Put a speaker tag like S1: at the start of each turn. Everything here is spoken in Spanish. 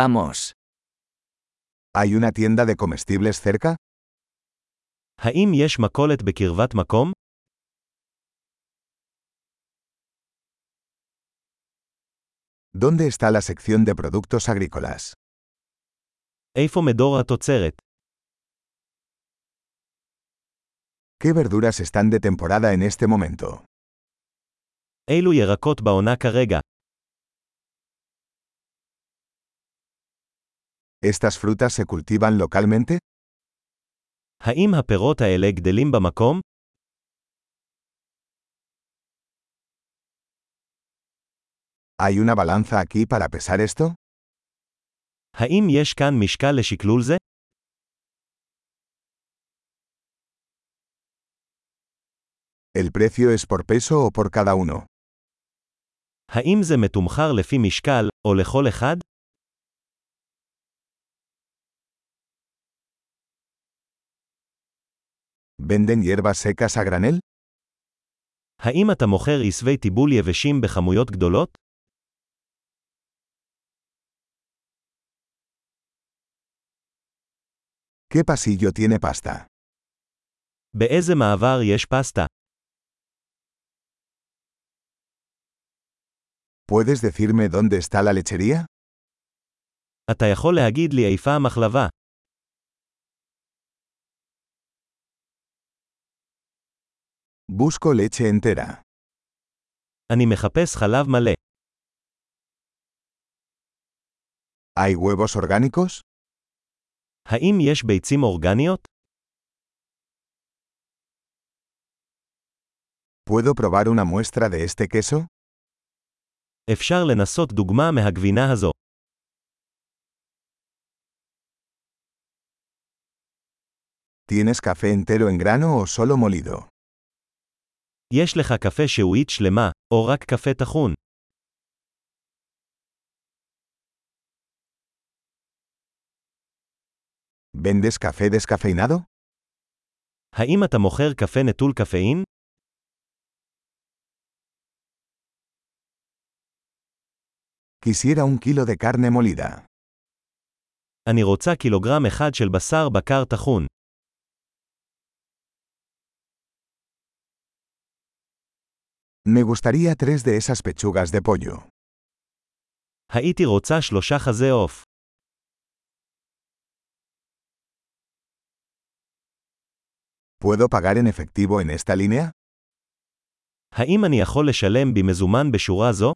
S1: Vamos.
S2: ¿Hay una tienda de comestibles cerca?
S3: האם יש מכולת בקרבת מקום?
S2: ¿Dónde está la sección de productos agrícolas?
S3: איפה מדור התוצרת?
S2: ¿Qué verduras están de temporada en este momento?
S3: אילו ירקות בעונה כרגע?
S2: ¿Estas frutas se cultivan localmente?
S3: האם הפירות האלה גדלים במקום?
S2: ¿Hay una balanza aquí para pesar esto?
S3: האם יש כאן משקל לשקלול זה?
S2: ¿El precio es por peso o por cada uno?
S3: האם זה מתומחר לפי משקל, או לכל אחד?
S2: ¿Venden hierbas secas a granel?
S3: האם אתה מוכר עשבי טיבול יבשים בכמויות גדולות?
S2: ¿Qué pasillo tiene pasta?
S3: באיזה מעבר יש פסטה?
S2: ¿Puedes decirme dónde está la lechería?
S3: אתה יכול להגיד לי איפה המחלבה?
S2: Busco leche entera.
S3: אני מחפש חלב מלא.
S2: ¿Hay huevos orgánicos?
S3: האם יש ביצים אורגניות?
S2: ¿Puedo probar una muestra de este queso?
S3: אפשר לנסות דוגמה מהגבינה הזו.
S2: ¿Tienes café entero en grano o solo molido?
S3: יש לך קפה שהועית שלמה, או רק קפה טחון.
S2: ¿Vendes café descafeinado?
S3: האם אתה מוכר קפה נטול קפאין?
S2: Quisiera un kilo de carne molida.
S3: אני רוצה קילוגרם אחד של בשר בקר טחון.
S2: Me gustaría tres de esas pechugas de pollo.
S3: הייתי רוצה שלושה חזה עוף.
S2: ¿Puedo pagar en efectivo en esta línea?
S3: האם אני יכול לשלם במזומן בשורה זו?